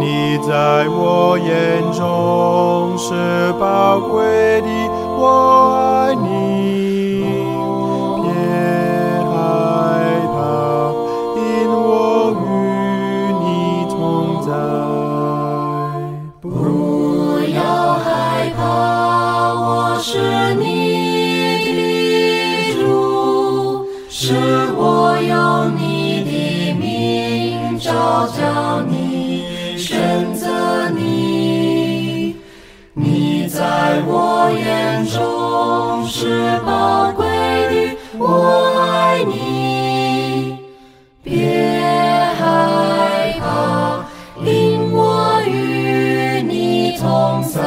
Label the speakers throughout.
Speaker 1: 你在我眼中是宝贵的，我爱你，别害怕，因我与你同在。
Speaker 2: 不要害怕，我是你的主，是我用你的名召叫你，选择你。你在我眼中是宝贵的，我爱你。别害怕，因我与你同在。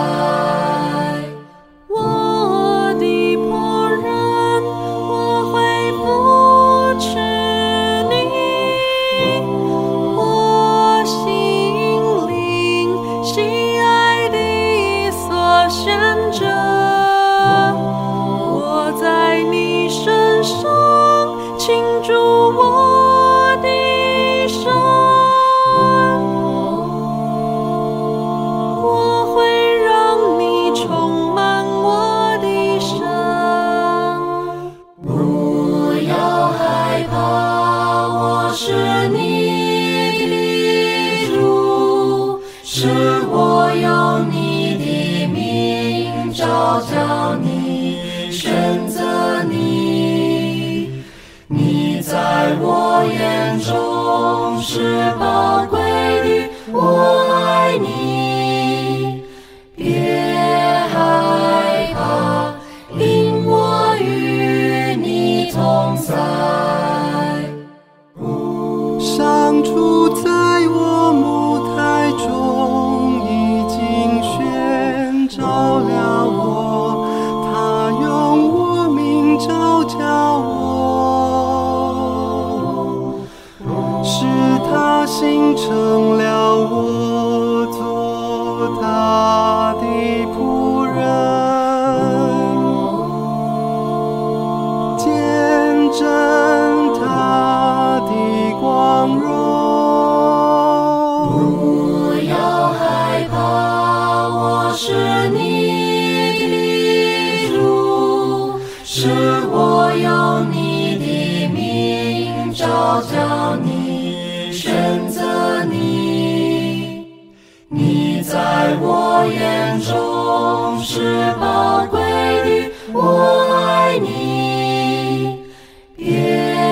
Speaker 2: 我的仆人，我会扶持你。我心灵心爱的所选择，我在你身上倾注我的手，我会让你充满我的生。不要害怕，我是你的主，是我用你的名召叫你，选择你。你在我眼中是宝贵的，我爱你。别害怕，因我与你同在。
Speaker 1: 上主在我母胎中已经宣召了我，他用我名召叫我，是他心成了我，做他的仆人。见证他的光荣。
Speaker 2: 不要害怕，我是你的主，是我用你的名召叫你，选择你。你在我眼中是宝贵的，我爱你。别害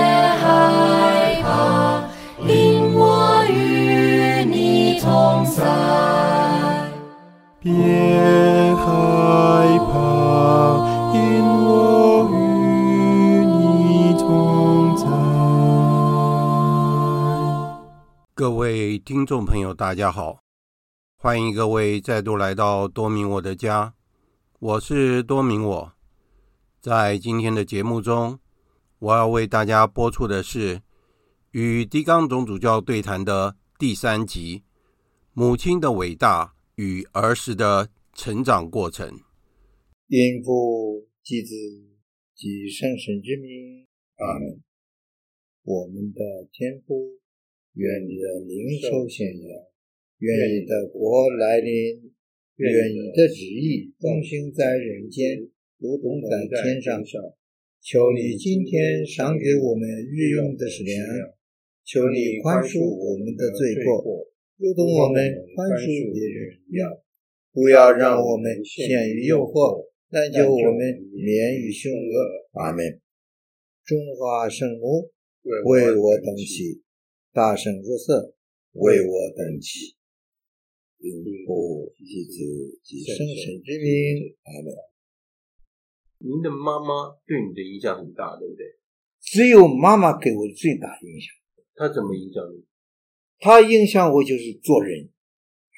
Speaker 2: 怕，因我与你同在。
Speaker 1: 别害怕，因我与你同在。
Speaker 3: 各位听众朋友，大家好，欢迎各位再度来到多明我的家，我是多明我。在今天的节目中，我要为大家播出的是与狄刚总主教对谈的第三集《母亲的伟大与儿时的成长过程》。
Speaker 4: 因父及子及圣神之名，阿门。我们的天父，愿你的灵受显扬，愿你的国来临，愿你的旨意奉行在人间，如同在天上。求你今天赏给我们日用的食粮，求你宽恕我们的罪过，如同我们宽恕别人一样。不要让我们陷于诱惑，但求我们免于凶恶。阿门。中华圣母，嗯为我等起；大圣若瑟，为我等起。因父及子及圣神之名，阿门。
Speaker 3: 您的妈妈对你的影响很大，对不对？
Speaker 4: 只有妈妈给我最大的影响，
Speaker 3: 她怎么影响你
Speaker 4: 她影响我就是做人。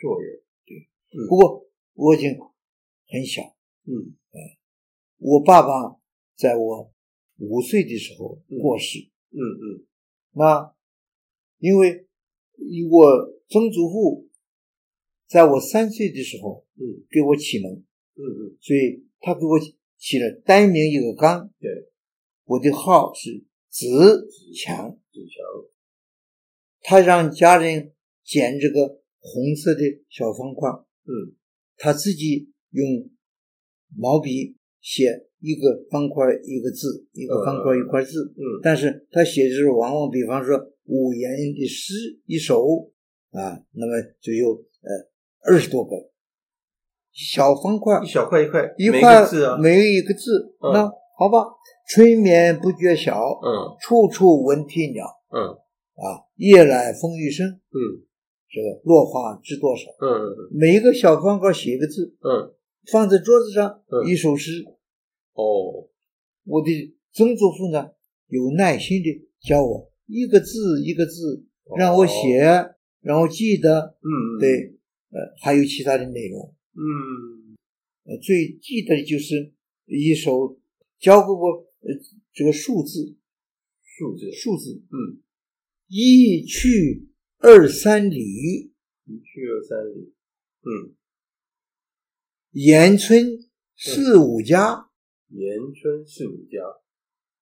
Speaker 3: 做人？
Speaker 4: 不过我已经很小，啊
Speaker 3: 嗯，
Speaker 4: 我爸爸在我五岁的时候过世，
Speaker 3: 嗯嗯
Speaker 4: 那因为我曾祖父在我三岁的时候
Speaker 3: 嗯
Speaker 4: 给我启蒙，
Speaker 3: 嗯嗯，
Speaker 4: 所以他给我起了单名一个刚。
Speaker 3: 对，
Speaker 4: 我的号是子强，
Speaker 3: 子乔，
Speaker 4: 他让家人捡这个红色的小方框，
Speaker 5: 嗯，
Speaker 4: 他自己用毛笔写一个方块一个字，一个方块一块字，
Speaker 5: 嗯
Speaker 4: 但是他写的时候往往比方说五言的诗一首啊，那么就有呃二十多个小方块
Speaker 5: 一，小块一块，
Speaker 4: 一
Speaker 5: 每
Speaker 4: 块
Speaker 5: 个字啊，
Speaker 4: 没有一个字，
Speaker 5: 嗯
Speaker 4: 那好吧，春眠不觉晓，
Speaker 5: 嗯
Speaker 4: 处处闻啼鸟
Speaker 5: 嗯
Speaker 4: 啊，夜来风雨声，
Speaker 5: 嗯
Speaker 4: 这个落花知多少？
Speaker 5: 嗯嗯
Speaker 4: 每一个小方块写一个字，
Speaker 5: 嗯，
Speaker 4: 放在桌子上
Speaker 5: 嗯
Speaker 4: 一首诗。
Speaker 5: 哦，
Speaker 4: 我的曾祖父呢，有耐心的教我一个字一个字
Speaker 5: 哦
Speaker 4: 让我写，让我记得。
Speaker 5: 嗯，
Speaker 4: 对，呃，还有其他的内容。
Speaker 5: 嗯
Speaker 4: 呃，最记得的就是一首教给我呃这个数字，
Speaker 5: 数字，
Speaker 4: 数字
Speaker 5: 嗯，
Speaker 4: 一去二三里，
Speaker 5: 一去二三里，嗯，
Speaker 4: 沿村四五家，
Speaker 5: 延春四五家，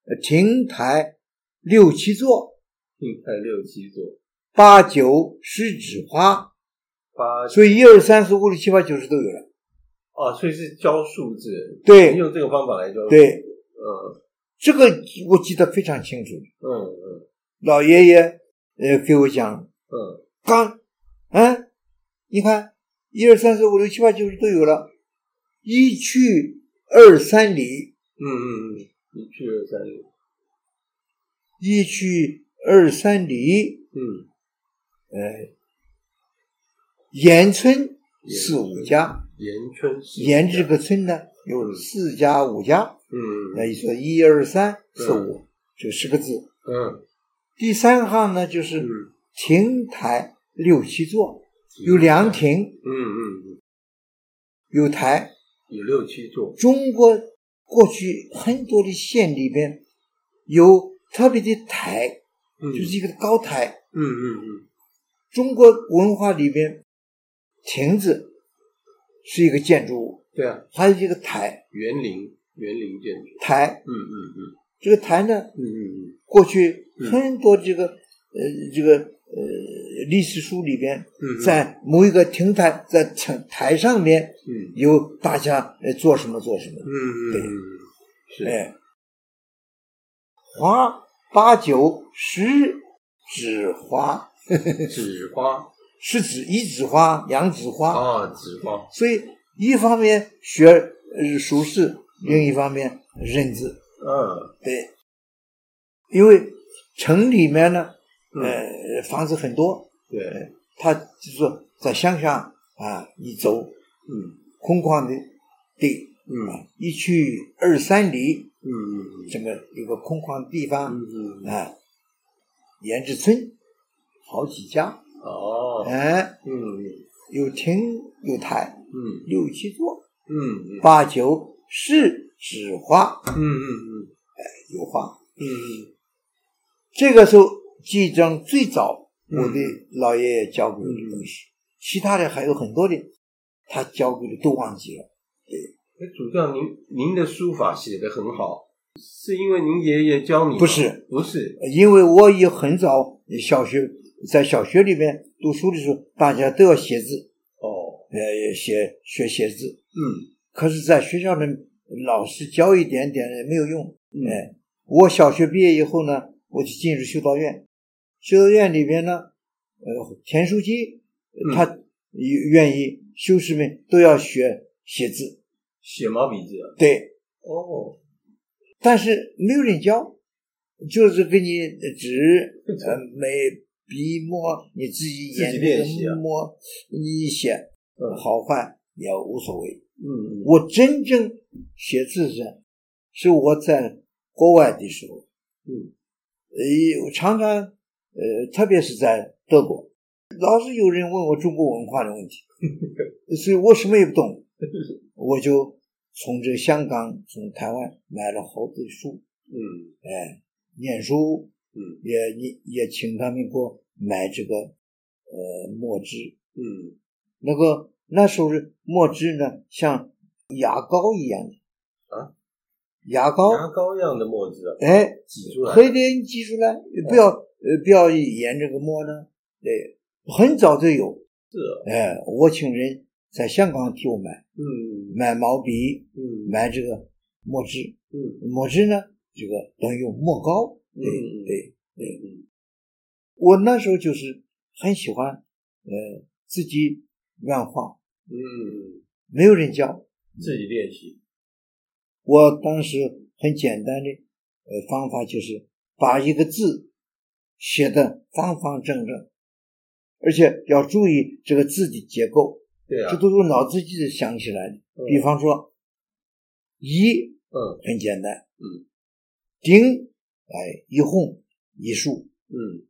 Speaker 4: 呃亭台六七座，
Speaker 5: 定泰六七座，
Speaker 4: 八九十指花，
Speaker 5: 八
Speaker 4: 所以一二三四五六七八九十都有了。
Speaker 5: 哦，所以是教数字，
Speaker 4: 对
Speaker 5: 用这个方法来教，，
Speaker 4: 对，
Speaker 5: 嗯
Speaker 4: 这个我记得非常清楚。
Speaker 5: 嗯嗯
Speaker 4: 老爷爷呃给我讲，
Speaker 5: 嗯，
Speaker 4: 刚，嗯，你看，一二三四五六七八九十都有了，一去二三里，
Speaker 5: 嗯嗯嗯，一去二三里，
Speaker 4: 一去二三里，
Speaker 5: 嗯
Speaker 4: 呃，盐村四五家，，
Speaker 5: 延春四五家
Speaker 4: 盐这个村呢有
Speaker 5: 嗯
Speaker 4: 四家五家，
Speaker 5: 嗯
Speaker 4: 那一说一二三四五，这十个字。
Speaker 5: 嗯
Speaker 4: 第三行呢就
Speaker 5: 嗯
Speaker 4: 是亭台六七座，有凉亭，
Speaker 5: 嗯嗯嗯，
Speaker 4: 有台，
Speaker 5: 有六七座，
Speaker 4: 中国过去呃很多的县里边有特别的台，
Speaker 5: 嗯
Speaker 4: 就是一个高台。
Speaker 5: 嗯嗯
Speaker 4: 中国文化里边，亭子是一个建筑物，
Speaker 5: 嗯，对啊，
Speaker 4: 还有一个台。
Speaker 5: 园林园林建筑，
Speaker 4: 台
Speaker 5: 嗯嗯嗯
Speaker 4: 这个台呢，
Speaker 5: 嗯嗯
Speaker 4: 过去
Speaker 5: 嗯
Speaker 4: 很多这个、呃这个呃历史书里边，
Speaker 5: 嗯，
Speaker 4: 在某一个亭台在亭台上面
Speaker 5: 嗯
Speaker 4: 有大家呃做什么做什么
Speaker 5: 嗯，嗯
Speaker 4: 对
Speaker 5: 嗯，是，
Speaker 4: 哎，花八九十指花
Speaker 5: 纸花
Speaker 4: 是指一指花、两指花，
Speaker 5: 啊，纸花，
Speaker 4: 所以一方面学呃熟识，另一方面认字。
Speaker 5: 嗯
Speaker 4: 对，因为城里面呢，
Speaker 5: 嗯，
Speaker 4: 呃，房子很多，
Speaker 5: 对，
Speaker 4: 他就是说在乡下啊，一走
Speaker 5: 嗯
Speaker 4: 空旷的地，
Speaker 5: 嗯
Speaker 4: 啊，一去二三里，
Speaker 5: 嗯嗯
Speaker 4: 这么一个空旷的地方，
Speaker 5: 嗯嗯，
Speaker 4: 啊，盐之村好几家，
Speaker 5: 哦，
Speaker 4: 哎，
Speaker 5: 嗯嗯
Speaker 4: 有亭有台，
Speaker 5: 嗯
Speaker 4: 六七座，
Speaker 5: 嗯
Speaker 4: 八九是纸花，
Speaker 5: 嗯嗯
Speaker 4: 有花。
Speaker 5: 嗯
Speaker 4: 这个时候记章最早我
Speaker 5: 嗯
Speaker 4: 的老爷爷教给我的东西，其他的还有很多的，他教给的都忘记了。
Speaker 5: 哎，主教，您您的书法写的很好，是因为您爷爷教你吗？
Speaker 4: 不是
Speaker 5: 不是，
Speaker 4: 因为我也很早小学在小学里面读书的时候，大家都要写字，
Speaker 5: 哦，
Speaker 4: 呃，写学写字，
Speaker 5: 嗯
Speaker 4: 可是，在学校呢，老师教一点点也没有用。
Speaker 5: 嗯
Speaker 4: 哎，我小学毕业以后呢，我就进入修道院。修道院里边呢，呃，田书记
Speaker 5: 嗯
Speaker 4: 他愿意修士们都要学写字，
Speaker 5: 写毛笔字啊，
Speaker 4: 对，
Speaker 5: 哦，
Speaker 4: 但是没有人教，就是给你 纸、呃、眉、笔、墨，你自己
Speaker 5: 自己
Speaker 4: 研究
Speaker 5: 练习啊
Speaker 4: 摸，你写
Speaker 5: 嗯
Speaker 4: 好坏也无所谓。
Speaker 5: 嗯嗯
Speaker 4: 我真正写字是，是我在国外的时候，
Speaker 5: 嗯
Speaker 4: 呃，我常常，呃，特别是在德国，老是有人问我中国文化的问题，所以我什么也不懂，我就从这香港、从台湾买了好多书，
Speaker 5: 嗯
Speaker 4: 哎，念书
Speaker 5: 嗯
Speaker 4: 也也也请他们给我买这个，呃，墨汁，
Speaker 5: 嗯，
Speaker 4: 那个那时候是墨汁呢，像牙膏一样
Speaker 5: 啊，
Speaker 4: 牙膏，
Speaker 5: 牙膏样的墨汁啊，
Speaker 4: 哎，
Speaker 5: 挤出来，
Speaker 4: 黑的你
Speaker 5: 嗯
Speaker 4: 挤出来，不要、呃不要研这个墨呢，对，很早就有，
Speaker 5: 是啊，
Speaker 4: 哎，我请人在香港替我买
Speaker 5: 嗯
Speaker 4: 买毛笔，
Speaker 5: 嗯
Speaker 4: 买这个墨汁，
Speaker 5: 嗯
Speaker 4: 墨汁呢，这个等于墨膏，对
Speaker 5: 嗯
Speaker 4: 对。
Speaker 5: 嗯
Speaker 4: 我那时候就是很喜欢，呃，自己乱画，
Speaker 5: 嗯，
Speaker 4: 没有人教，
Speaker 5: 自己练习，
Speaker 4: 我当时很简单的呃方法就是把一个字写得方方正正，而且要注意这个字的结构，
Speaker 5: 对啊
Speaker 4: 这，都是我脑子记得想起来的。比方说，一
Speaker 5: 嗯
Speaker 4: 很简单，
Speaker 5: 嗯，
Speaker 4: 丁哎一横一竖，
Speaker 5: 嗯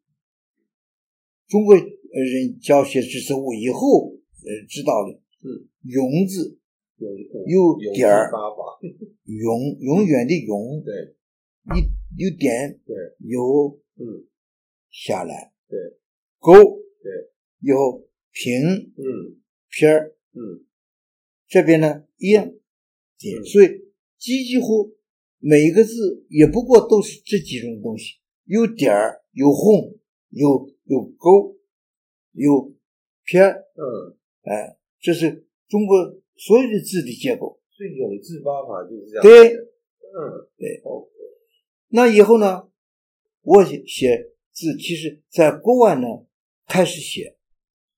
Speaker 4: 中国呃人教学识字物以后呃知道的，
Speaker 5: 嗯，
Speaker 4: 永字
Speaker 5: 有
Speaker 4: 有
Speaker 5: 有
Speaker 4: 点儿
Speaker 5: 发法，
Speaker 4: 永永远的永，
Speaker 5: 对
Speaker 4: 一有点
Speaker 5: 对，
Speaker 4: 有
Speaker 5: 嗯
Speaker 4: 下来，
Speaker 5: 对，
Speaker 4: 勾，
Speaker 5: 对，
Speaker 4: 以后平
Speaker 5: 嗯
Speaker 4: 撇儿
Speaker 5: 嗯
Speaker 4: 这边呢一样，点，
Speaker 5: 嗯
Speaker 4: 所以几乎每一个字也不过都是这几种东西，有点儿，有横，有有勾，有撇儿，
Speaker 5: 嗯，
Speaker 4: 哎，这是中国所有的字的结构。
Speaker 5: 所以永字八法就是这样，
Speaker 4: 对，
Speaker 5: 嗯
Speaker 4: 对
Speaker 5: 哦
Speaker 4: 那以后呢，我写写字，其实在国外呢开始写，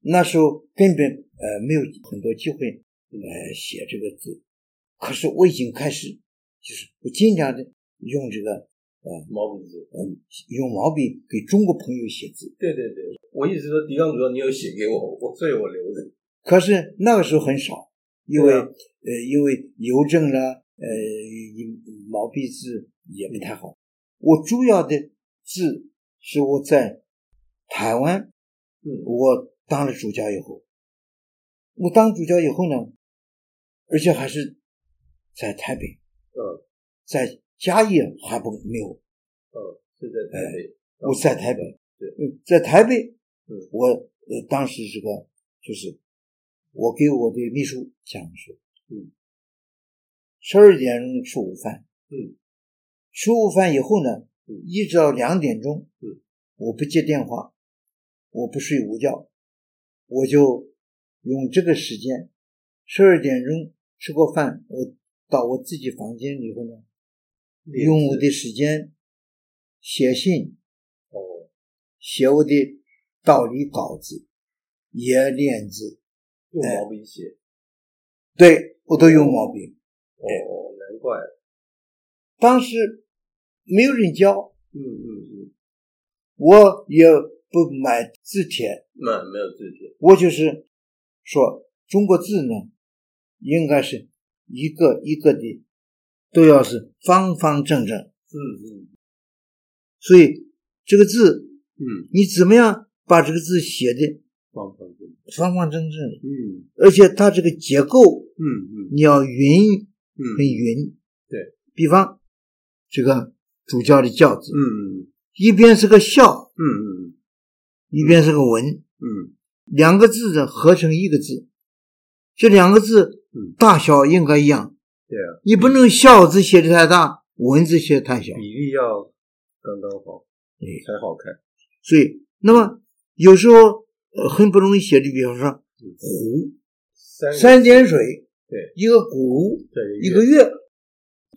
Speaker 4: 那时候根本呃没有很多机会呃写这个字，可是我已经开始，就是我尽量的用这个
Speaker 5: 毛笔字，
Speaker 4: 嗯用毛笔给中国朋友写字。
Speaker 5: 对对对，我一直说狄刚主任你有写给我，我所以我留着，
Speaker 4: 可是那个时候很少，因为、
Speaker 5: 对啊
Speaker 4: 呃因为邮政呢呃以毛笔字也不太好。我主要的字是我在台湾
Speaker 5: 嗯
Speaker 4: 我当了主教以后，我当主教以后呢，而且还是在台北，
Speaker 5: 嗯
Speaker 4: 在嘉义还不没有，
Speaker 5: 嗯，是在
Speaker 4: 哎
Speaker 5: 台北，
Speaker 4: 我在台北，
Speaker 5: 对
Speaker 4: 嗯，在台北
Speaker 5: 嗯，
Speaker 4: 我呃当时这个就是我给我的秘书讲说，
Speaker 5: 嗯，
Speaker 4: 十二点钟吃午饭，
Speaker 5: 嗯，
Speaker 4: 吃午饭以后呢
Speaker 5: 嗯，
Speaker 4: 一直到两点钟，
Speaker 5: 嗯，
Speaker 4: 我不接电话，我不睡午觉，我就用这个时间，十二点钟吃过饭，我到我自己房间以后呢，
Speaker 5: 练字
Speaker 4: 用我的时间写信，
Speaker 5: 哦，
Speaker 4: 写我的道理稿子，也练字，
Speaker 5: 用
Speaker 4: 哎
Speaker 5: 毛笔写，
Speaker 4: 对我都用毛笔。
Speaker 5: 哦，难怪，
Speaker 4: 当时没有人教，
Speaker 5: 嗯嗯嗯，
Speaker 4: 我也不买字帖，
Speaker 5: 那没有字帖，
Speaker 4: 我就是说中国字呢，应该是一个一个的，都要是方方正正。
Speaker 5: 嗯嗯
Speaker 4: 所以这个字，
Speaker 5: 嗯，
Speaker 4: 你怎么样把这个字写的
Speaker 5: 方方正，
Speaker 4: 方方正正，
Speaker 5: 嗯
Speaker 4: 而且它这个结构
Speaker 5: 嗯嗯
Speaker 4: 你要匀
Speaker 5: 嗯
Speaker 4: 很匀。
Speaker 5: 对，
Speaker 4: 比方这个主教的教字，
Speaker 5: 嗯
Speaker 4: 一边是个孝，
Speaker 5: 嗯嗯
Speaker 4: 一边是个文，
Speaker 5: 嗯
Speaker 4: 两个字的合成一个字，这两个字
Speaker 5: 嗯
Speaker 4: 大小应该一样。
Speaker 5: 对啊，
Speaker 4: 你不能孝字写的太大，文字写的太小。
Speaker 5: 比例要刚刚好
Speaker 4: 对，
Speaker 5: 才好看，
Speaker 4: 所以那么有时候呃很不容易写的，比方
Speaker 5: 嗯
Speaker 4: 说湖
Speaker 5: 三
Speaker 4: 三点水，
Speaker 5: 对，
Speaker 4: 一个谷，
Speaker 5: 对
Speaker 4: 一个月，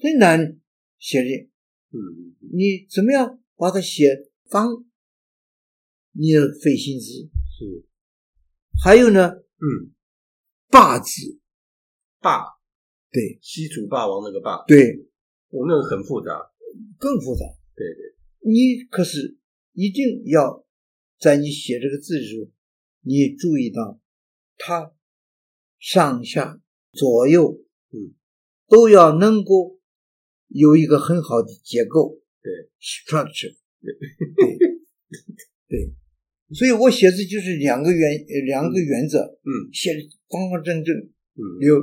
Speaker 4: 很难写的。
Speaker 5: 嗯嗯嗯
Speaker 4: 你怎么样把它写方？你也费心思。
Speaker 5: 是
Speaker 4: 还有呢，
Speaker 5: 嗯
Speaker 4: 霸字，
Speaker 5: 霸
Speaker 4: 对
Speaker 5: 西楚霸王那个霸，
Speaker 4: 对，
Speaker 5: 我那个很复杂，
Speaker 4: 更复杂。
Speaker 5: 对对，
Speaker 4: 你可是一定要在你写这个字的时候，你注意到它上下左右，
Speaker 5: 嗯，
Speaker 4: 都要能够有一个很好的结构，
Speaker 5: 对
Speaker 4: ，structure，对对。所以我写字就是两个原呃两个原则，
Speaker 5: 嗯
Speaker 4: 写的方方正正，
Speaker 5: 嗯
Speaker 4: 有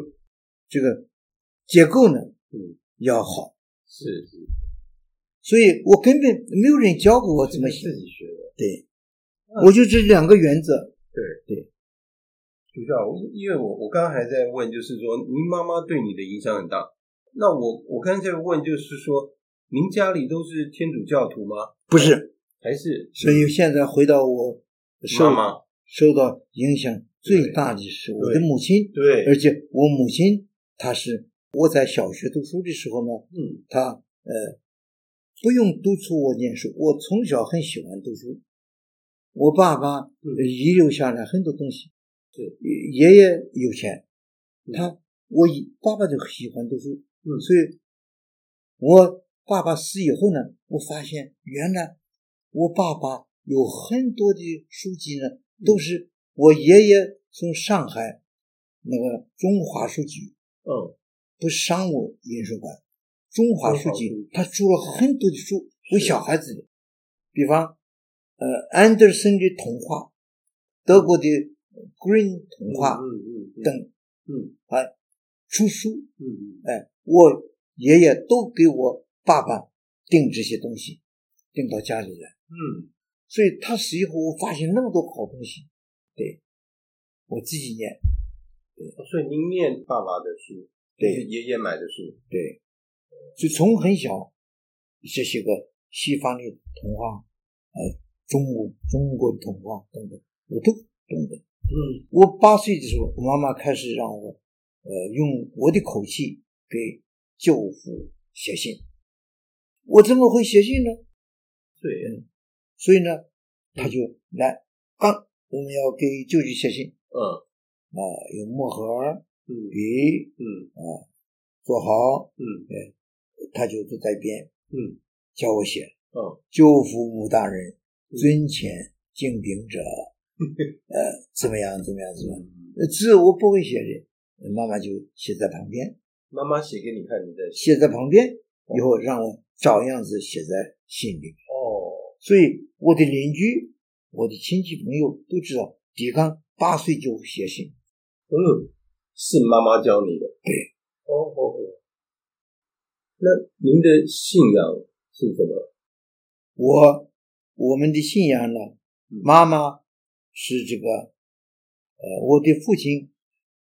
Speaker 4: 这个结构呢，
Speaker 5: 嗯
Speaker 4: 要好。
Speaker 5: 是是，
Speaker 4: 所以我根本没有人教过我怎么写
Speaker 5: 自，己学的，嗯
Speaker 4: 对，我就这两个原则。
Speaker 5: 主教，因为我我刚刚还在问，就是说您妈妈对你的影响很大，那我我刚才在问就是说，您家里都是天主教徒吗？
Speaker 4: 不是，
Speaker 5: 还是
Speaker 4: 所以现在回到我受
Speaker 5: 妈妈？
Speaker 4: 受到影响最大的是我的
Speaker 5: 对
Speaker 4: 母亲，
Speaker 5: 对，
Speaker 4: 而且我母亲她是我在小学读书的时候呢，
Speaker 5: 嗯
Speaker 4: 她呃不用督促我念书，我从小很喜欢读书。我爸爸呃遗留下来很多东西，
Speaker 5: 嗯对
Speaker 4: 爷爷有钱，
Speaker 5: 嗯
Speaker 4: 他我一爸爸就喜欢读书，
Speaker 5: 嗯
Speaker 4: 所以我爸爸死以后呢，我发现原来我爸爸有很多的书籍呢，都
Speaker 5: 嗯
Speaker 4: 是我爷爷从上海那个中华书局
Speaker 5: 嗯，
Speaker 4: 不是商务印书馆，中华书
Speaker 5: 中
Speaker 4: 局
Speaker 5: 华
Speaker 4: 他出了很多的书，给小孩子的，比方呃安德森的童话，德国的 Green 童话
Speaker 5: 嗯嗯嗯，
Speaker 4: 等啊
Speaker 5: 嗯
Speaker 4: 出书，
Speaker 5: 嗯嗯
Speaker 4: 哎，我爷爷都给我爸爸订这些东西，订到家里来。
Speaker 5: 嗯，
Speaker 4: 所以他死以后，我发现那么多好东西，对我自己念，
Speaker 5: 哦所以您念爸爸的书，是
Speaker 4: 对
Speaker 5: 爷爷买的书，
Speaker 4: 对，所以从很小这些个西方的童话，呃，中国中国的童话等等，我都懂得。
Speaker 5: 嗯
Speaker 4: 我八岁的时候，我妈妈开始让我，呃，用我的口气给舅父写信。我怎么会写信呢？嗯
Speaker 5: 对，嗯
Speaker 4: 所以呢，他就来，刚我们要给舅舅写信
Speaker 5: 嗯
Speaker 4: 啊、有墨盒、
Speaker 5: 嗯
Speaker 4: 笔
Speaker 5: 嗯
Speaker 4: 做好，
Speaker 5: 嗯
Speaker 4: 他就都在编，
Speaker 5: 嗯
Speaker 4: 叫我写。
Speaker 5: 嗯
Speaker 4: 舅父母大人尊前敬 禀者，呃，怎么样，怎么样，怎么样？
Speaker 5: 嗯，
Speaker 4: 呃字我不会写的，妈妈就写在旁边。
Speaker 5: 妈妈写给你看，你在写
Speaker 4: 写在旁边，以后让我照样子写在信里。
Speaker 5: 哦，
Speaker 4: 所以我的邻居、我的亲戚朋友都知道，狄刚八岁就写信，
Speaker 5: 嗯，是妈妈教你的，
Speaker 4: 对，
Speaker 5: 哦哦哦，那您的信仰是什么？
Speaker 4: 我我们的信仰呢，
Speaker 5: 嗯
Speaker 4: 妈妈是这个，呃，我的父亲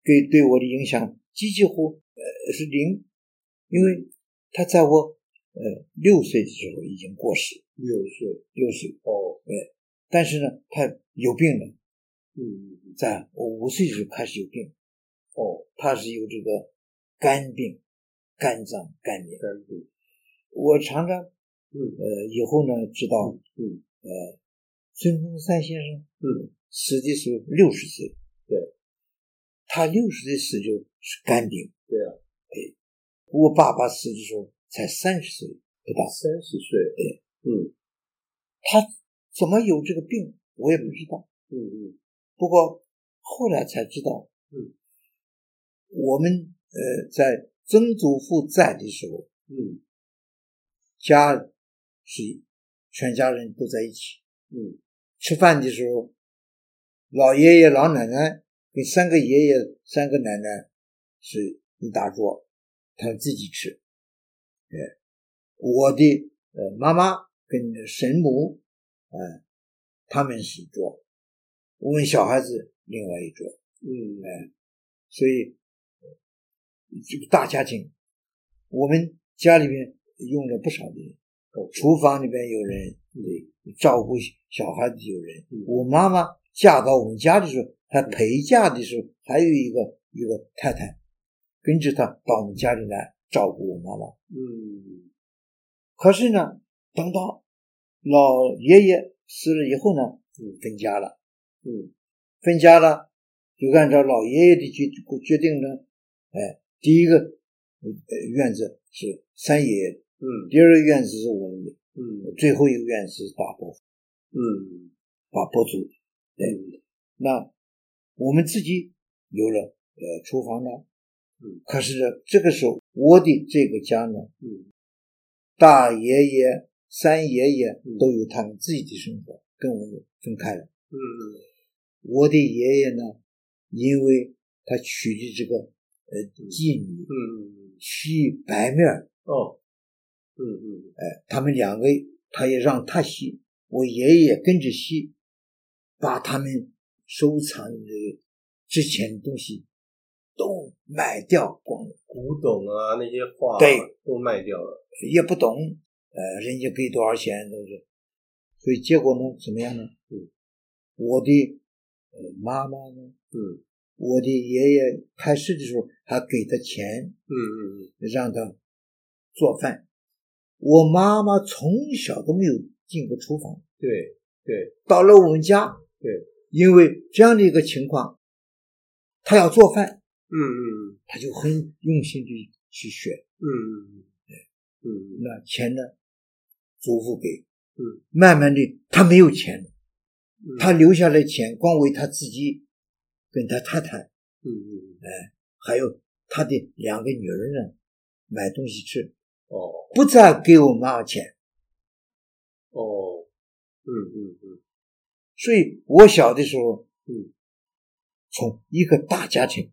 Speaker 4: 给对我的影响几几乎呃是零，
Speaker 5: 嗯
Speaker 4: 因为他在我呃六岁的时候已经过世，
Speaker 5: 六岁，
Speaker 4: 六岁，
Speaker 5: 哦，
Speaker 4: 但是呢，他有病了，
Speaker 5: 嗯嗯嗯，
Speaker 4: 在我五岁的时候开始有病，
Speaker 5: 哦，
Speaker 4: 他是有这个肝病、肝脏、肝炎。
Speaker 5: 三步，
Speaker 4: 我常常
Speaker 5: 嗯
Speaker 4: 呃以后呢知道呃
Speaker 5: 嗯
Speaker 4: 孙中山先生
Speaker 5: 嗯，
Speaker 4: 死的时候六十岁，
Speaker 5: 对，
Speaker 4: 他六十岁死就是肝病。
Speaker 5: 对啊，
Speaker 4: 我爸爸死的时候才三十岁不到，
Speaker 5: 三十岁，
Speaker 4: 对，
Speaker 5: 嗯
Speaker 4: 他怎么有这个病我也不知道。
Speaker 5: 嗯嗯
Speaker 4: 不过后来才知道，
Speaker 5: 嗯，
Speaker 4: 我们呃在曾祖父在的时候，
Speaker 5: 嗯
Speaker 4: 家是全家人都在一起。
Speaker 5: 嗯
Speaker 4: 吃饭的时候，老爷爷、老奶奶跟三个爷爷、三个奶奶是一大桌，他们自己吃。哎，我的呃妈妈跟神母，哎、他们是一桌，我们小孩子另外一桌，哎
Speaker 5: 嗯，
Speaker 4: 所以呃这个大家庭，我们家里面用了不少的人，
Speaker 5: 哦
Speaker 4: 厨房里边有人，照顾小孩子有人
Speaker 5: 嗯。
Speaker 4: 我妈妈嫁到我们家的时候，她陪嫁的时候，还有一个一个太太跟着她到我们家里来照顾我妈妈。
Speaker 5: 嗯
Speaker 4: 可是呢，等到老爷爷死了以后呢，分家了，
Speaker 5: 嗯
Speaker 4: 分家了就按照老爷爷的决决定呢，哎，第一个呃院子是三爷爷的，
Speaker 5: 嗯
Speaker 4: 第二个院子是我们的，
Speaker 5: 嗯
Speaker 4: 最后一个院子是大伯父
Speaker 5: 嗯
Speaker 4: 大伯祖。哎
Speaker 5: 嗯
Speaker 4: 那我们自己有了呃厨房呢，
Speaker 5: 嗯，
Speaker 4: 可是呢，这个时候我的这个家呢，
Speaker 5: 嗯
Speaker 4: 大爷爷、三爷爷
Speaker 5: 嗯
Speaker 4: 都有他们自己的生活，跟我们分开了。
Speaker 5: 嗯
Speaker 4: 我的爷爷呢，因为他娶的这个呃妓女
Speaker 5: 嗯，
Speaker 4: 西白面儿，
Speaker 5: 哦，嗯嗯
Speaker 4: 哎，他们两个他也让他吸，我爷爷跟着吸，把他们收藏的之前的东西都卖掉光了，
Speaker 5: 古董啊那些画
Speaker 4: 对
Speaker 5: 都卖掉了，
Speaker 4: 也不懂，呃，人家给多少钱都是，所以结果呢，怎么样呢？
Speaker 5: 嗯
Speaker 4: 我的呃妈妈呢？
Speaker 5: 嗯
Speaker 4: 我的爷爷拍戏的时候还给他钱，
Speaker 5: 嗯嗯
Speaker 4: 让他做饭。我妈妈从小都没有进过厨房，
Speaker 5: 对对
Speaker 4: 到了我们家，
Speaker 5: 对，
Speaker 4: 因为这样的一个情况，她要做饭，
Speaker 5: 嗯嗯
Speaker 4: 她就很用心的去学。
Speaker 5: 嗯嗯嗯嗯
Speaker 4: 那钱呢，祖父给，
Speaker 5: 嗯，
Speaker 4: 慢慢的她没有钱了，
Speaker 5: 嗯
Speaker 4: 她留下来钱光为她自己跟她太太
Speaker 5: 嗯嗯
Speaker 4: 还有她的两个女儿呢，买东西吃，
Speaker 5: 哦
Speaker 4: 不再给我妈钱。
Speaker 5: 哦嗯嗯嗯
Speaker 4: 所以我小的时候，
Speaker 5: 嗯，
Speaker 4: 从一个大家庭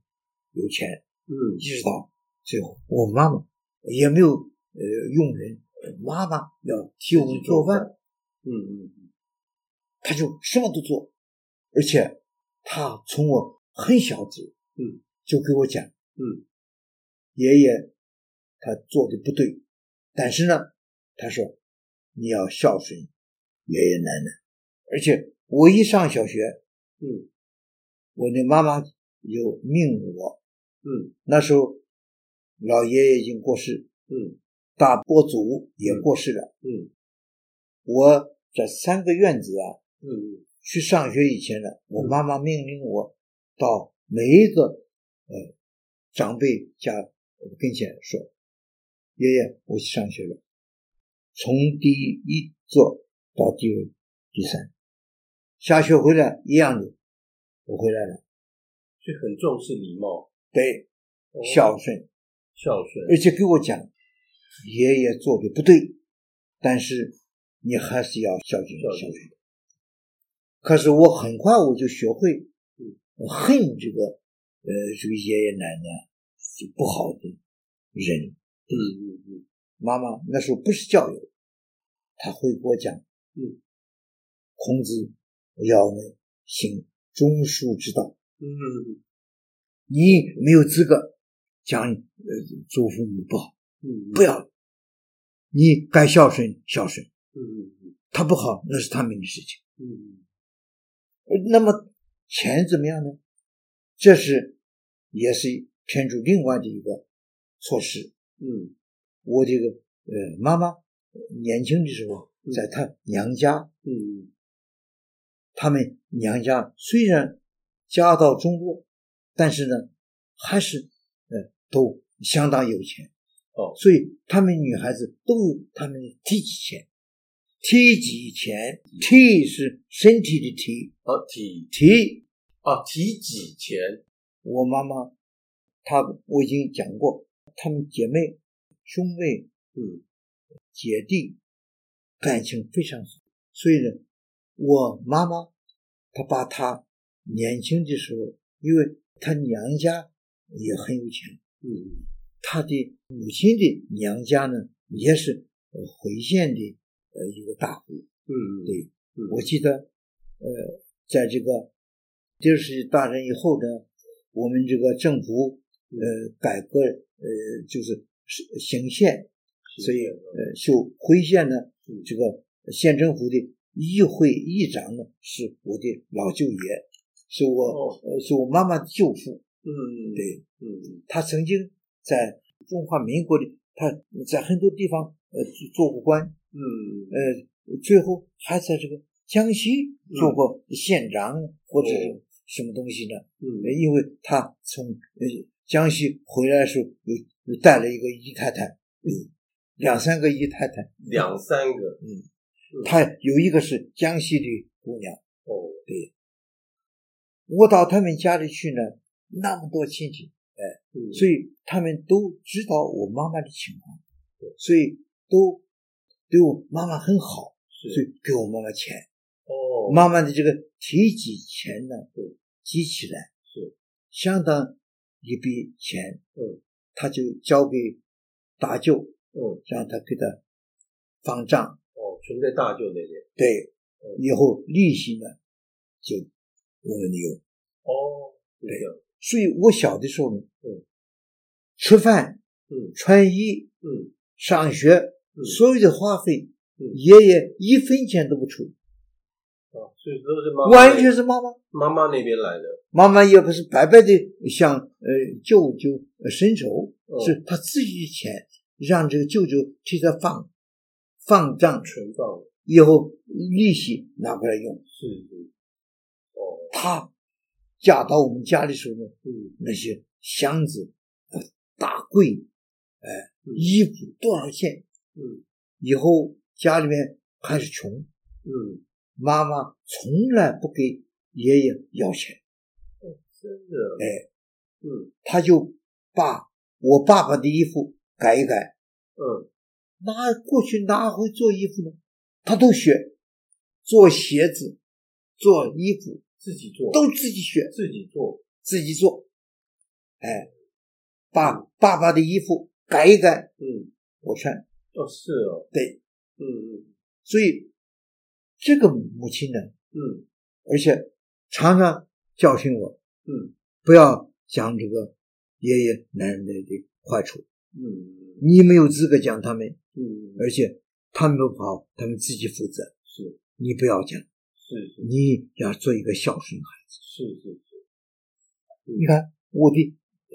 Speaker 4: 有钱，
Speaker 5: 嗯
Speaker 4: 一直到最后，我妈妈也没有呃佣人，妈妈要替我们做饭，
Speaker 5: 嗯嗯
Speaker 4: 她就什么都做，而且她从我很小时，
Speaker 5: 嗯，
Speaker 4: 就给我讲，
Speaker 5: 嗯，
Speaker 4: 爷爷他做的不对，但是呢，他说你要孝顺爷爷奶奶，而且我一上小学，
Speaker 5: 嗯
Speaker 4: 我的妈妈有命我，
Speaker 5: 嗯
Speaker 4: 那时候老爷爷已经过世，
Speaker 5: 嗯
Speaker 4: 大伯祖也过世了。
Speaker 5: 嗯
Speaker 4: 我这三个院子啊，
Speaker 5: 嗯
Speaker 4: 去上学以前呢，我妈妈命令我到每一个呃长辈家跟前说：“爷爷，我去上学了。”从第一座到第二、第三，下学回来一样的，我回来了，
Speaker 5: 就很重视礼貌哦
Speaker 4: 对，孝顺。
Speaker 5: 孝顺
Speaker 4: 而且给我讲，爷爷做的不对，但是你还是要孝敬
Speaker 5: 孝
Speaker 4: 孝
Speaker 5: 敬
Speaker 4: 顺。可是我很快我就学会，我恨这个呃这个爷爷奶奶这不好的人。
Speaker 5: 嗯嗯嗯
Speaker 4: 妈妈那时候不是教育，他会给我讲，
Speaker 5: 嗯，
Speaker 4: 孔子要我们行忠恕之道，
Speaker 5: 嗯
Speaker 4: 你没有资格讲呃祖父母不好。
Speaker 5: 嗯
Speaker 4: 不要，你该孝顺孝顺，
Speaker 5: 嗯嗯
Speaker 4: 他不好那是他们的事情。
Speaker 5: 嗯
Speaker 4: 呃那么钱怎么样呢？这是也是天主另外的一个措施。
Speaker 5: 嗯
Speaker 4: 我这个呃妈妈呃年轻的时候
Speaker 5: 嗯，
Speaker 4: 在她娘家，
Speaker 5: 嗯
Speaker 4: 他们娘家虽然家道中落，但是呢还是呃都相当有钱。
Speaker 5: 哦
Speaker 4: 所以他们女孩子都有他们的体己钱，体己钱，体是身体的体，
Speaker 5: 啊体
Speaker 4: 体。
Speaker 5: 啊体己前
Speaker 4: 我妈妈，她我已经讲过，她们姐妹、兄妹、呃
Speaker 5: 嗯
Speaker 4: 姐弟感情非常好，所以呢，我妈妈她把她年轻的时候，因为她娘家也很有钱，
Speaker 5: 嗯
Speaker 4: 他的母亲的娘家呢，也是呃回县的呃一个大户。
Speaker 5: 嗯
Speaker 4: 对，
Speaker 5: 嗯
Speaker 4: 我记得，呃，在这个第二次世界大战以后呢，我们这个政
Speaker 5: 嗯
Speaker 4: 府呃改革呃就是是行县，所以呃就回县呢，
Speaker 5: 嗯
Speaker 4: 这个县政府的议会议长呢是我的老舅爷，是我、
Speaker 5: 哦
Speaker 4: 呃是我妈妈的舅父。
Speaker 5: 嗯
Speaker 4: 对，
Speaker 5: 嗯嗯
Speaker 4: 他曾经在中华民国的，他在很多地方呃做过官，
Speaker 5: 嗯
Speaker 4: 呃，最后还在这个江西
Speaker 5: 嗯
Speaker 4: 做过县长、或者是什么东西呢？呃
Speaker 5: 哦嗯
Speaker 4: 因为他从呃江西回来的时候，有有带了一个姨太太，嗯，两三个姨太太，
Speaker 5: 两三个
Speaker 4: 他有一个是江西的姑娘。
Speaker 5: 嗯哦
Speaker 4: 我到他们家里去呢，那么多亲戚，
Speaker 5: 嗯
Speaker 4: 所以他们都知道我妈妈的情况，所以都对我妈妈很好，所
Speaker 5: 是
Speaker 4: 以给我妈妈钱。
Speaker 5: 哦
Speaker 4: 妈妈的这个提起钱呢，积起来
Speaker 5: 是
Speaker 4: 相当一笔钱，呃
Speaker 5: 嗯，
Speaker 4: 他就交给大舅，
Speaker 5: 嗯
Speaker 4: 让他给他放账。
Speaker 5: 哦存在大舅那边
Speaker 4: 对
Speaker 5: 嗯，
Speaker 4: 以后利息呢，就我们有。
Speaker 5: 哦是这样
Speaker 4: 所以我小的时候呢，
Speaker 5: 嗯，
Speaker 4: 吃饭、
Speaker 5: 嗯
Speaker 4: 穿衣、
Speaker 5: 嗯
Speaker 4: 上学，
Speaker 5: 嗯
Speaker 4: 所有的花费
Speaker 5: 嗯，
Speaker 4: 爷爷一分钱都不出。
Speaker 5: 哦，所以都是妈妈
Speaker 4: 完全是妈妈，
Speaker 5: 妈妈那边来的，
Speaker 4: 妈妈也不是白白的向呃舅舅呃伸手，
Speaker 5: 嗯
Speaker 4: 是她自己钱让这个舅舅替她放放账，
Speaker 5: 存放的，
Speaker 4: 以后利息拿过来用。
Speaker 5: 是是，哦，
Speaker 4: 她嫁到我们家里时候呢，
Speaker 5: 嗯
Speaker 4: 那些箱子、呃大柜、哎、
Speaker 5: 嗯
Speaker 4: 衣服多少件，
Speaker 5: 嗯
Speaker 4: 以后家里面开始穷，
Speaker 5: 嗯，
Speaker 4: 妈妈从来不给爷爷要钱，
Speaker 5: 真的，啊
Speaker 4: 哎，
Speaker 5: 嗯
Speaker 4: 他就把我爸爸的衣服改一改，
Speaker 5: 嗯
Speaker 4: 拿过去拿回做衣服呢，他都学，做鞋子、做衣服，
Speaker 5: 自己做，
Speaker 4: 都自己学，
Speaker 5: 自己做，
Speaker 4: 自己做，哎，把爸爸的衣服改一改，
Speaker 5: 嗯，
Speaker 4: 我穿，
Speaker 5: 哦是哦，
Speaker 4: 对，
Speaker 5: 嗯嗯
Speaker 4: 所以这个母亲呢，
Speaker 5: 嗯
Speaker 4: 而且常常教训我，
Speaker 5: 嗯
Speaker 4: 不要讲这个爷爷奶奶的坏处，
Speaker 5: 嗯
Speaker 4: 你没有资格讲他们，
Speaker 5: 嗯，
Speaker 4: 而且他们不好，他们自己负责，
Speaker 5: 是
Speaker 4: 你不要讲，
Speaker 5: 是是
Speaker 4: 你要做一个孝顺孩子。
Speaker 5: 是是嗯是，
Speaker 4: 你看我的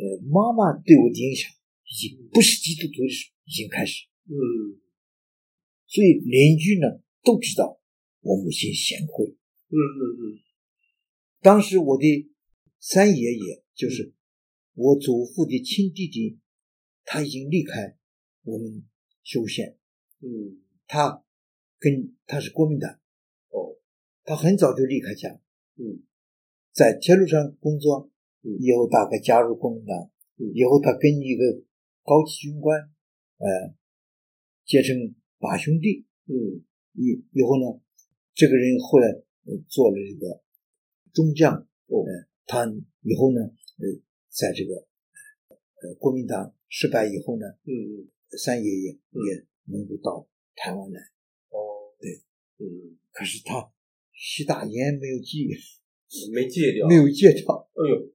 Speaker 4: 呃妈妈对我的影响，已经不是基督徒的时候已经开始，
Speaker 5: 嗯
Speaker 4: 所以邻居呢都知道我母亲贤惠。
Speaker 5: 嗯嗯
Speaker 4: 当时我的三爷爷
Speaker 5: 嗯
Speaker 4: 就是我祖父的亲弟弟，他已经离开我们修宪，
Speaker 5: 嗯嗯，
Speaker 4: 他跟他是国民党，
Speaker 5: 哦，
Speaker 4: 他很早就离开家，
Speaker 5: 嗯
Speaker 4: 在铁路上工作，
Speaker 5: 嗯
Speaker 4: 以后大概加入国民党
Speaker 5: 嗯，
Speaker 4: 以后他跟一个高级军官，呃，结成把兄弟，
Speaker 5: 嗯
Speaker 4: 以以后呢，这个人后来、呃做了这个中将，
Speaker 5: 哦
Speaker 4: 呃，他以后呢，呃，在这个呃国民党失败以后呢，
Speaker 5: 嗯嗯，
Speaker 4: 三爷爷
Speaker 5: 嗯
Speaker 4: 也能够到台湾来，
Speaker 5: 哦，嗯，
Speaker 4: 可是他吸大烟没有戒，
Speaker 5: 没戒掉，
Speaker 4: 没有戒掉，
Speaker 5: 哎呦，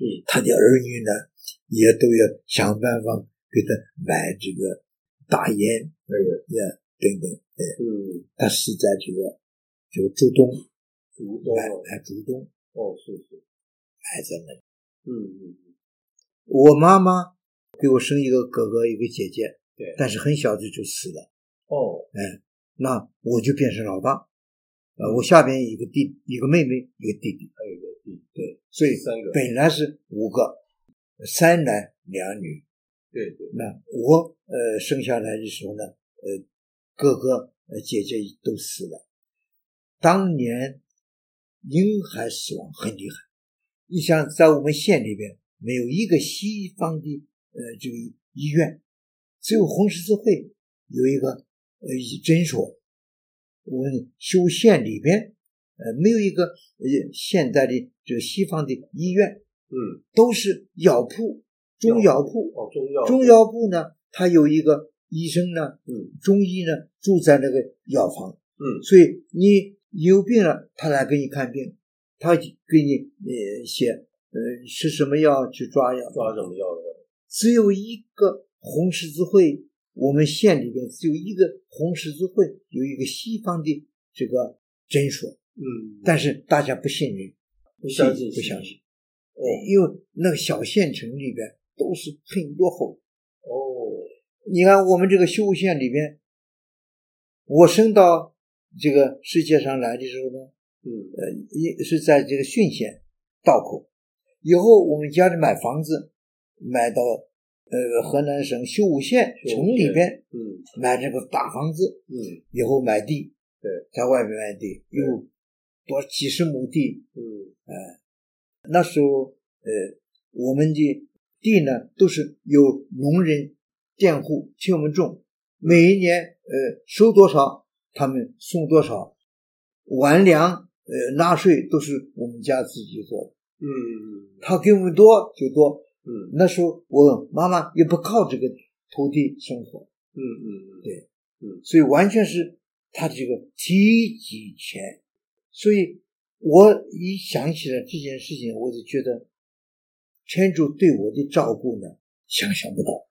Speaker 5: 嗯
Speaker 4: 他的儿女呢也都要想办法给他买这个大烟，
Speaker 5: 哎呀，
Speaker 4: 也等等，哎，
Speaker 5: 嗯，
Speaker 4: 他是在这个这个竹东
Speaker 5: 主动
Speaker 4: 买
Speaker 5: 哦，
Speaker 4: 买竹东
Speaker 5: 哦是是，
Speaker 4: 买在那里。
Speaker 5: 嗯嗯嗯
Speaker 4: 我妈妈给我生一个哥哥，一个姐姐，
Speaker 5: 对，
Speaker 4: 但是很小的就死了，
Speaker 5: 哦，
Speaker 4: 那我就变成老大，呃，我下边一个弟，一个妹妹，一个弟弟，
Speaker 5: 还有一个弟，对
Speaker 4: 所以
Speaker 5: 三个
Speaker 4: 本来是五个，三男两女。
Speaker 5: 对对，
Speaker 4: 那我呃生下来的时候呢，呃，哥哥、呃姐姐都死了。当年婴孩死亡很厉害，你想在我们县里边没有一个西方的呃这个医院，只有红十字会有一个呃诊所。我们修县里边呃没有一个呃现代的这个西方的医院，
Speaker 5: 嗯，
Speaker 4: 都是药铺、中药铺。
Speaker 5: 哦中药
Speaker 4: 中，药部呢，他有一个医生呢，
Speaker 5: 嗯
Speaker 4: 中医呢住在那个药房，
Speaker 5: 嗯
Speaker 4: 所以你有病了，他来给你看病，他给你呃写呃吃什么药去抓药，
Speaker 5: 抓什么药的？
Speaker 4: 只有一个红十字会，我们县里边只有一个红十字会，有一个西方的这个诊所，
Speaker 5: 嗯，
Speaker 4: 但是大家不信任，
Speaker 5: 不相信
Speaker 4: 不相信，
Speaker 5: 哦
Speaker 4: 因为那个小县城里边都是很落后。
Speaker 5: 哦，
Speaker 4: 你看我们这个修宪里边，我升到这个世界上来的时候呢，
Speaker 5: 嗯
Speaker 4: 呃，一是在这个浚县道口，以后我们家里买房子，买到呃河南省修武县
Speaker 5: 修武
Speaker 4: 城里边
Speaker 5: 嗯
Speaker 4: 买这个大房子，
Speaker 5: 嗯
Speaker 4: 以后买地，
Speaker 5: 对，
Speaker 4: 在外面买地有多几十亩地，呃
Speaker 5: 嗯
Speaker 4: 那时候，呃，我们的地呢都是由农人佃户替我们种，每一年呃收多少，他们送多少，完粮呃纳税都是我们家自己做的，
Speaker 5: 嗯嗯
Speaker 4: 他给我们多就多。呃
Speaker 5: 嗯
Speaker 4: 那时候我妈妈也不靠这个土地生活，
Speaker 5: 嗯嗯，
Speaker 4: 对，
Speaker 5: 嗯
Speaker 4: 所以完全是他这个提己钱，所以我一想起来这件事情，我就觉得天主对我的照顾呢，想象不到。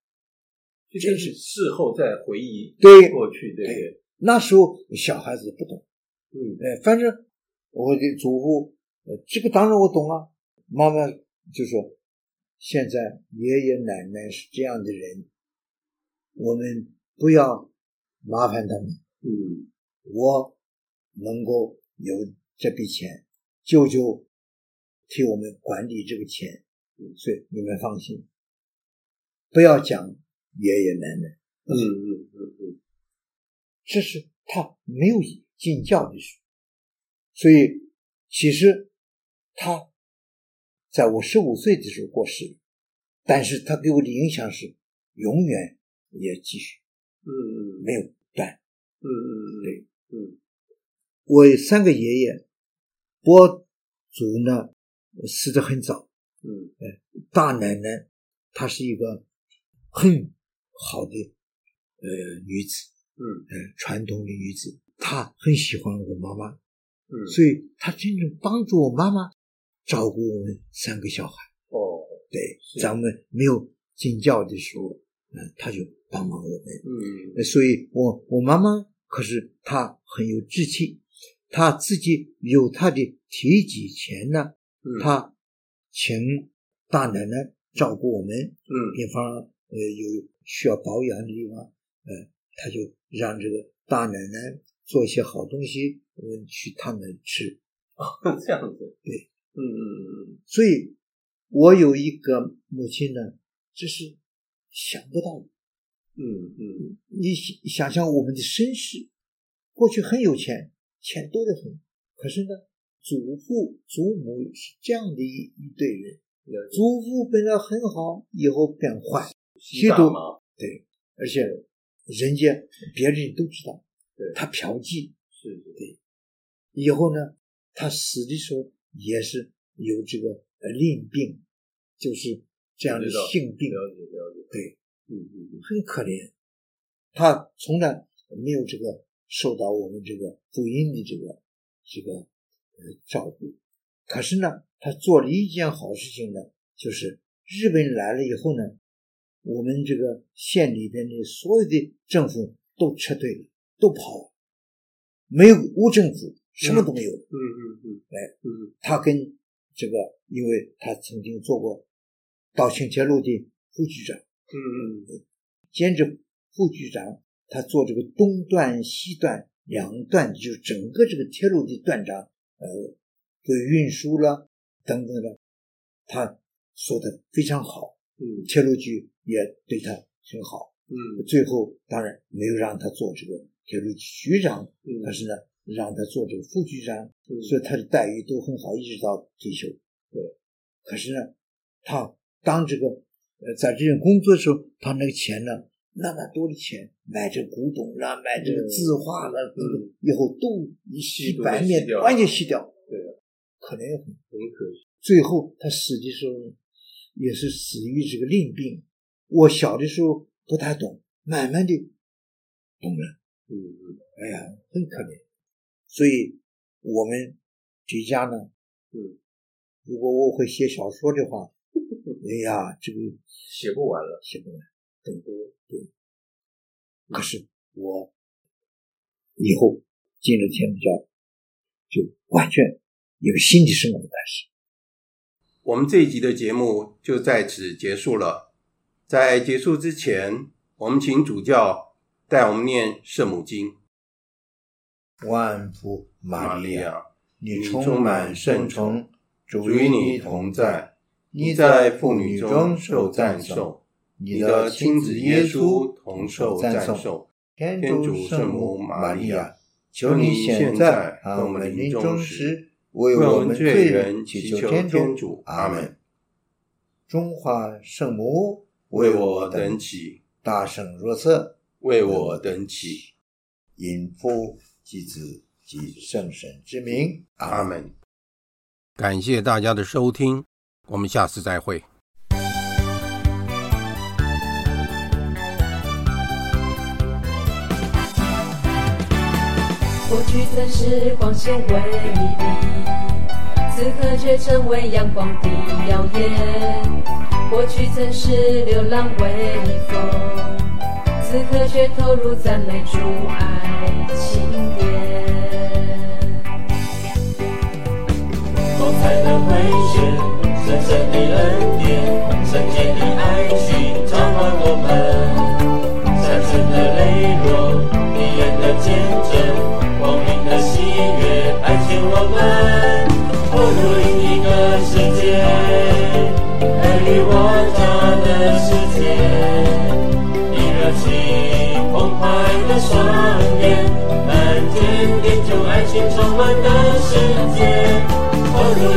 Speaker 5: 这就是事后再回忆
Speaker 4: 对
Speaker 5: 过去，对不对？
Speaker 4: 那时候小孩子不懂，
Speaker 5: 嗯
Speaker 4: 哎，反正我的祖父，呃，这个当然我懂啊。妈妈就说，现在爷爷奶奶是这样的人，我们不要麻烦他们。
Speaker 5: 嗯
Speaker 4: 我能够有这笔钱，舅舅替我们管理这个钱，所以你们放心，不要讲爷爷奶奶，
Speaker 5: 嗯嗯嗯嗯，
Speaker 4: 这是他没有尽教的事。所以其实他在我十五岁的时候过世了，但是他给我的影响是永远也继续
Speaker 5: 嗯嗯
Speaker 4: 没有断。
Speaker 5: 嗯嗯，对，嗯
Speaker 4: 我有三个爷爷，伯祖呢死得很早，
Speaker 5: 嗯
Speaker 4: 大奶奶她是一个很好的呃女子，
Speaker 5: 嗯
Speaker 4: 呃传统的女子，她很喜欢我妈妈，
Speaker 5: 嗯，
Speaker 4: 所以她真正帮助我妈妈照顾我们三个小孩。
Speaker 5: 哦，
Speaker 4: 对，
Speaker 5: 是
Speaker 4: 咱们没有尽教的时候，嗯、她就帮忙我们。
Speaker 5: 嗯
Speaker 4: 呃所以我我妈妈可是她很有志气，她自己有她的提己钱呢，
Speaker 5: 嗯，
Speaker 4: 她请大奶奶照顾我们，
Speaker 5: 嗯
Speaker 4: 比方呃有需要保养的地方，呃，她就让这个大奶奶做一些好东西，我们去他们吃。
Speaker 5: 这样子，，嗯嗯
Speaker 4: 所以，我有一个母亲呢，这是想不到的。
Speaker 5: 嗯嗯
Speaker 4: 你想想象我们的身世，过去很有钱，钱多得很。可是呢，祖父、祖母是这样的一一对人，
Speaker 5: 嗯，
Speaker 4: 祖父本来很好，以后变坏，吸
Speaker 5: 大
Speaker 4: 毒，
Speaker 5: 麻，
Speaker 4: 对，而且人家别人都知道
Speaker 5: 对，
Speaker 4: 他嫖妓，
Speaker 5: 是是，
Speaker 4: 以后呢，他死的时候也是有这个呃淋病，就是这样的
Speaker 5: 知道
Speaker 4: 性病，
Speaker 5: 了解了解，嗯嗯
Speaker 4: 很可怜。他从来没有这个受到我们这个福音的这个这个呃照顾。可是呢，他做了一件好事情呢，就是日本人来了以后呢，我们这个县里边的所有的政府都撤退了，都跑了，没有无政府，什么都没有了。
Speaker 5: 嗯嗯嗯，嗯
Speaker 4: 他跟这个，因为他曾经做过道清铁路的副局长，
Speaker 5: 嗯嗯
Speaker 4: 兼职副局长，他做这个东段、西段两段，就是整个这个铁路的段长，呃，对运输了等等的，他说的非常好，
Speaker 5: 嗯
Speaker 4: 铁路局也对他很好。
Speaker 5: 嗯
Speaker 4: 最后当然没有让他做这个铁路局长，
Speaker 5: 嗯，
Speaker 4: 但是呢，让他做这个副局长，所
Speaker 5: 是
Speaker 4: 以他的待遇都很好，一直到退休。对，可是呢，他当这个呃在这种工作的时候，他那个钱呢，那么多的钱买这古董啦，买这个
Speaker 5: 嗯
Speaker 4: 字画了，这个
Speaker 5: 嗯
Speaker 4: 以后都一洗
Speaker 5: 都
Speaker 4: 白
Speaker 5: 被
Speaker 4: 面
Speaker 5: 洗掉，了
Speaker 4: 完全洗掉。
Speaker 5: 对，啊
Speaker 4: 可怜很。
Speaker 5: 很可惜，
Speaker 4: 最后他死的时候呢，也是死于这个淋病。我小的时候不太懂，慢慢的懂了。
Speaker 5: 嗯嗯
Speaker 4: 哎呀，很可怜。所以我们这家呢，
Speaker 5: 嗯，
Speaker 4: 如果我会写小说的 话，哎呀，这个
Speaker 5: 写不完了，嗯
Speaker 4: 写不完，更多对。可是我以后进了天主教，就完全有新的生活开始。
Speaker 3: 我们这一集的节目就在此结束了。在结束之前，我们请主教带我们念圣母经。
Speaker 4: 万福玛利亚，
Speaker 3: 亚，
Speaker 4: 你
Speaker 3: 你
Speaker 4: 充
Speaker 3: 充
Speaker 4: 满
Speaker 3: 满
Speaker 4: 圣
Speaker 3: 圣
Speaker 4: 宠
Speaker 3: 宠，
Speaker 4: 主
Speaker 3: 与
Speaker 4: 与
Speaker 3: 你
Speaker 4: 你
Speaker 3: 同
Speaker 4: 同
Speaker 3: 在
Speaker 4: 在，，
Speaker 3: 你
Speaker 4: 你
Speaker 3: 在
Speaker 4: 在
Speaker 3: 妇
Speaker 4: 妇
Speaker 3: 女
Speaker 4: 女
Speaker 3: 中
Speaker 4: 中
Speaker 3: 受
Speaker 4: 受
Speaker 3: 赞
Speaker 4: 赞
Speaker 3: 颂
Speaker 4: 颂，
Speaker 3: 你
Speaker 4: 你
Speaker 3: 的
Speaker 4: 的
Speaker 3: 亲
Speaker 4: 亲
Speaker 3: 子
Speaker 4: 子
Speaker 3: 耶
Speaker 4: 耶
Speaker 3: 稣
Speaker 4: 稣
Speaker 3: 同
Speaker 4: 同
Speaker 3: 受
Speaker 4: 受
Speaker 3: 赞
Speaker 4: 赞
Speaker 3: 颂
Speaker 4: 颂。
Speaker 3: 天
Speaker 4: 天
Speaker 3: 主
Speaker 4: 主
Speaker 3: 圣
Speaker 4: 圣
Speaker 3: 母
Speaker 4: 母
Speaker 3: 玛
Speaker 4: 玛
Speaker 3: 利
Speaker 4: 利
Speaker 3: 亚
Speaker 4: 亚，
Speaker 3: 求
Speaker 4: 求
Speaker 3: 你
Speaker 4: 你
Speaker 3: 现
Speaker 4: 现
Speaker 3: 在
Speaker 4: 在
Speaker 3: 和
Speaker 4: 和
Speaker 3: 我
Speaker 4: 我
Speaker 3: 们
Speaker 4: 们
Speaker 3: 临
Speaker 4: 临
Speaker 3: 终
Speaker 4: 终
Speaker 3: 时
Speaker 4: 时，为
Speaker 3: 为我
Speaker 4: 我
Speaker 3: 们
Speaker 4: 们
Speaker 3: 罪
Speaker 4: 罪
Speaker 3: 人
Speaker 4: 人
Speaker 3: 祈
Speaker 4: 祈
Speaker 3: 求
Speaker 4: 求
Speaker 3: 天
Speaker 4: 天
Speaker 3: 主
Speaker 4: 主。
Speaker 3: 阿
Speaker 4: 阿
Speaker 3: 门
Speaker 4: 门。中华圣母
Speaker 3: 为
Speaker 4: 为
Speaker 3: 我
Speaker 4: 我
Speaker 3: 等
Speaker 4: 等
Speaker 3: 起，
Speaker 4: 大圣若瑟，
Speaker 3: 为我等起。
Speaker 4: 因父及子及圣神之名，阿
Speaker 3: 阿
Speaker 4: 门。
Speaker 3: 门。感谢大家的收听，我们下次再会。
Speaker 2: 过去曾是光鲜伟丽，此刻却成为阳光的耀眼。过去曾是流浪微风，此刻却投入赞美主爱情典。
Speaker 6: 危险，深深的恩典，圣洁的爱情召唤我们，山神的泪落，迷人的见证，光明的喜悦，爱牵我们，步入另一个世界，爱与我家的世界，以热情澎湃的双眼，漫天点缀爱情充满的世界。投入另一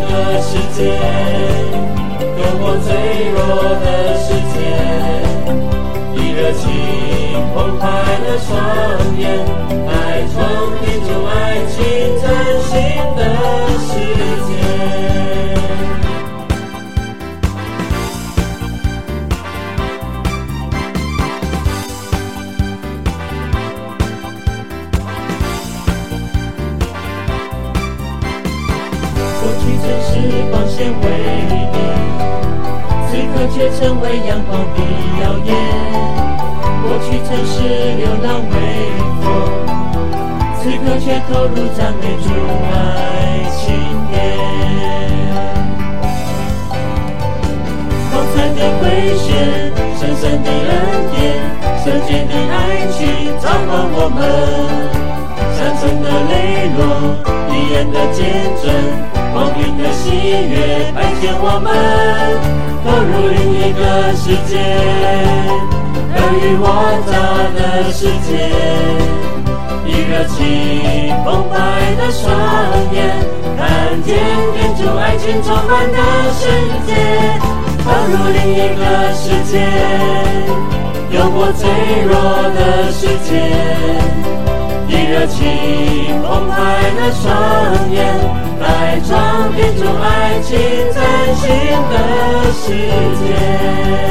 Speaker 6: 个世界，有我脆弱的世界，以热情澎湃的双眼，爱中点缀爱情崭新的世界。过去曾是光线为敌，此刻却成为阳光的耀眼。过去曾是流浪为火，此刻却投入赞美主爱情殿。光彩的回旋，深深的恩典，圣洁的爱情召唤我们，山城的泪落，一眼的见证，光明的喜悦，白天我们投入另一个世界，尔虞我诈的世界。以热情澎湃的双眼，看见点缀爱情充满的世界，投入另一个世界，有我脆弱的世界，以热情澎湃的双眼，来装点出爱情崭新的世界。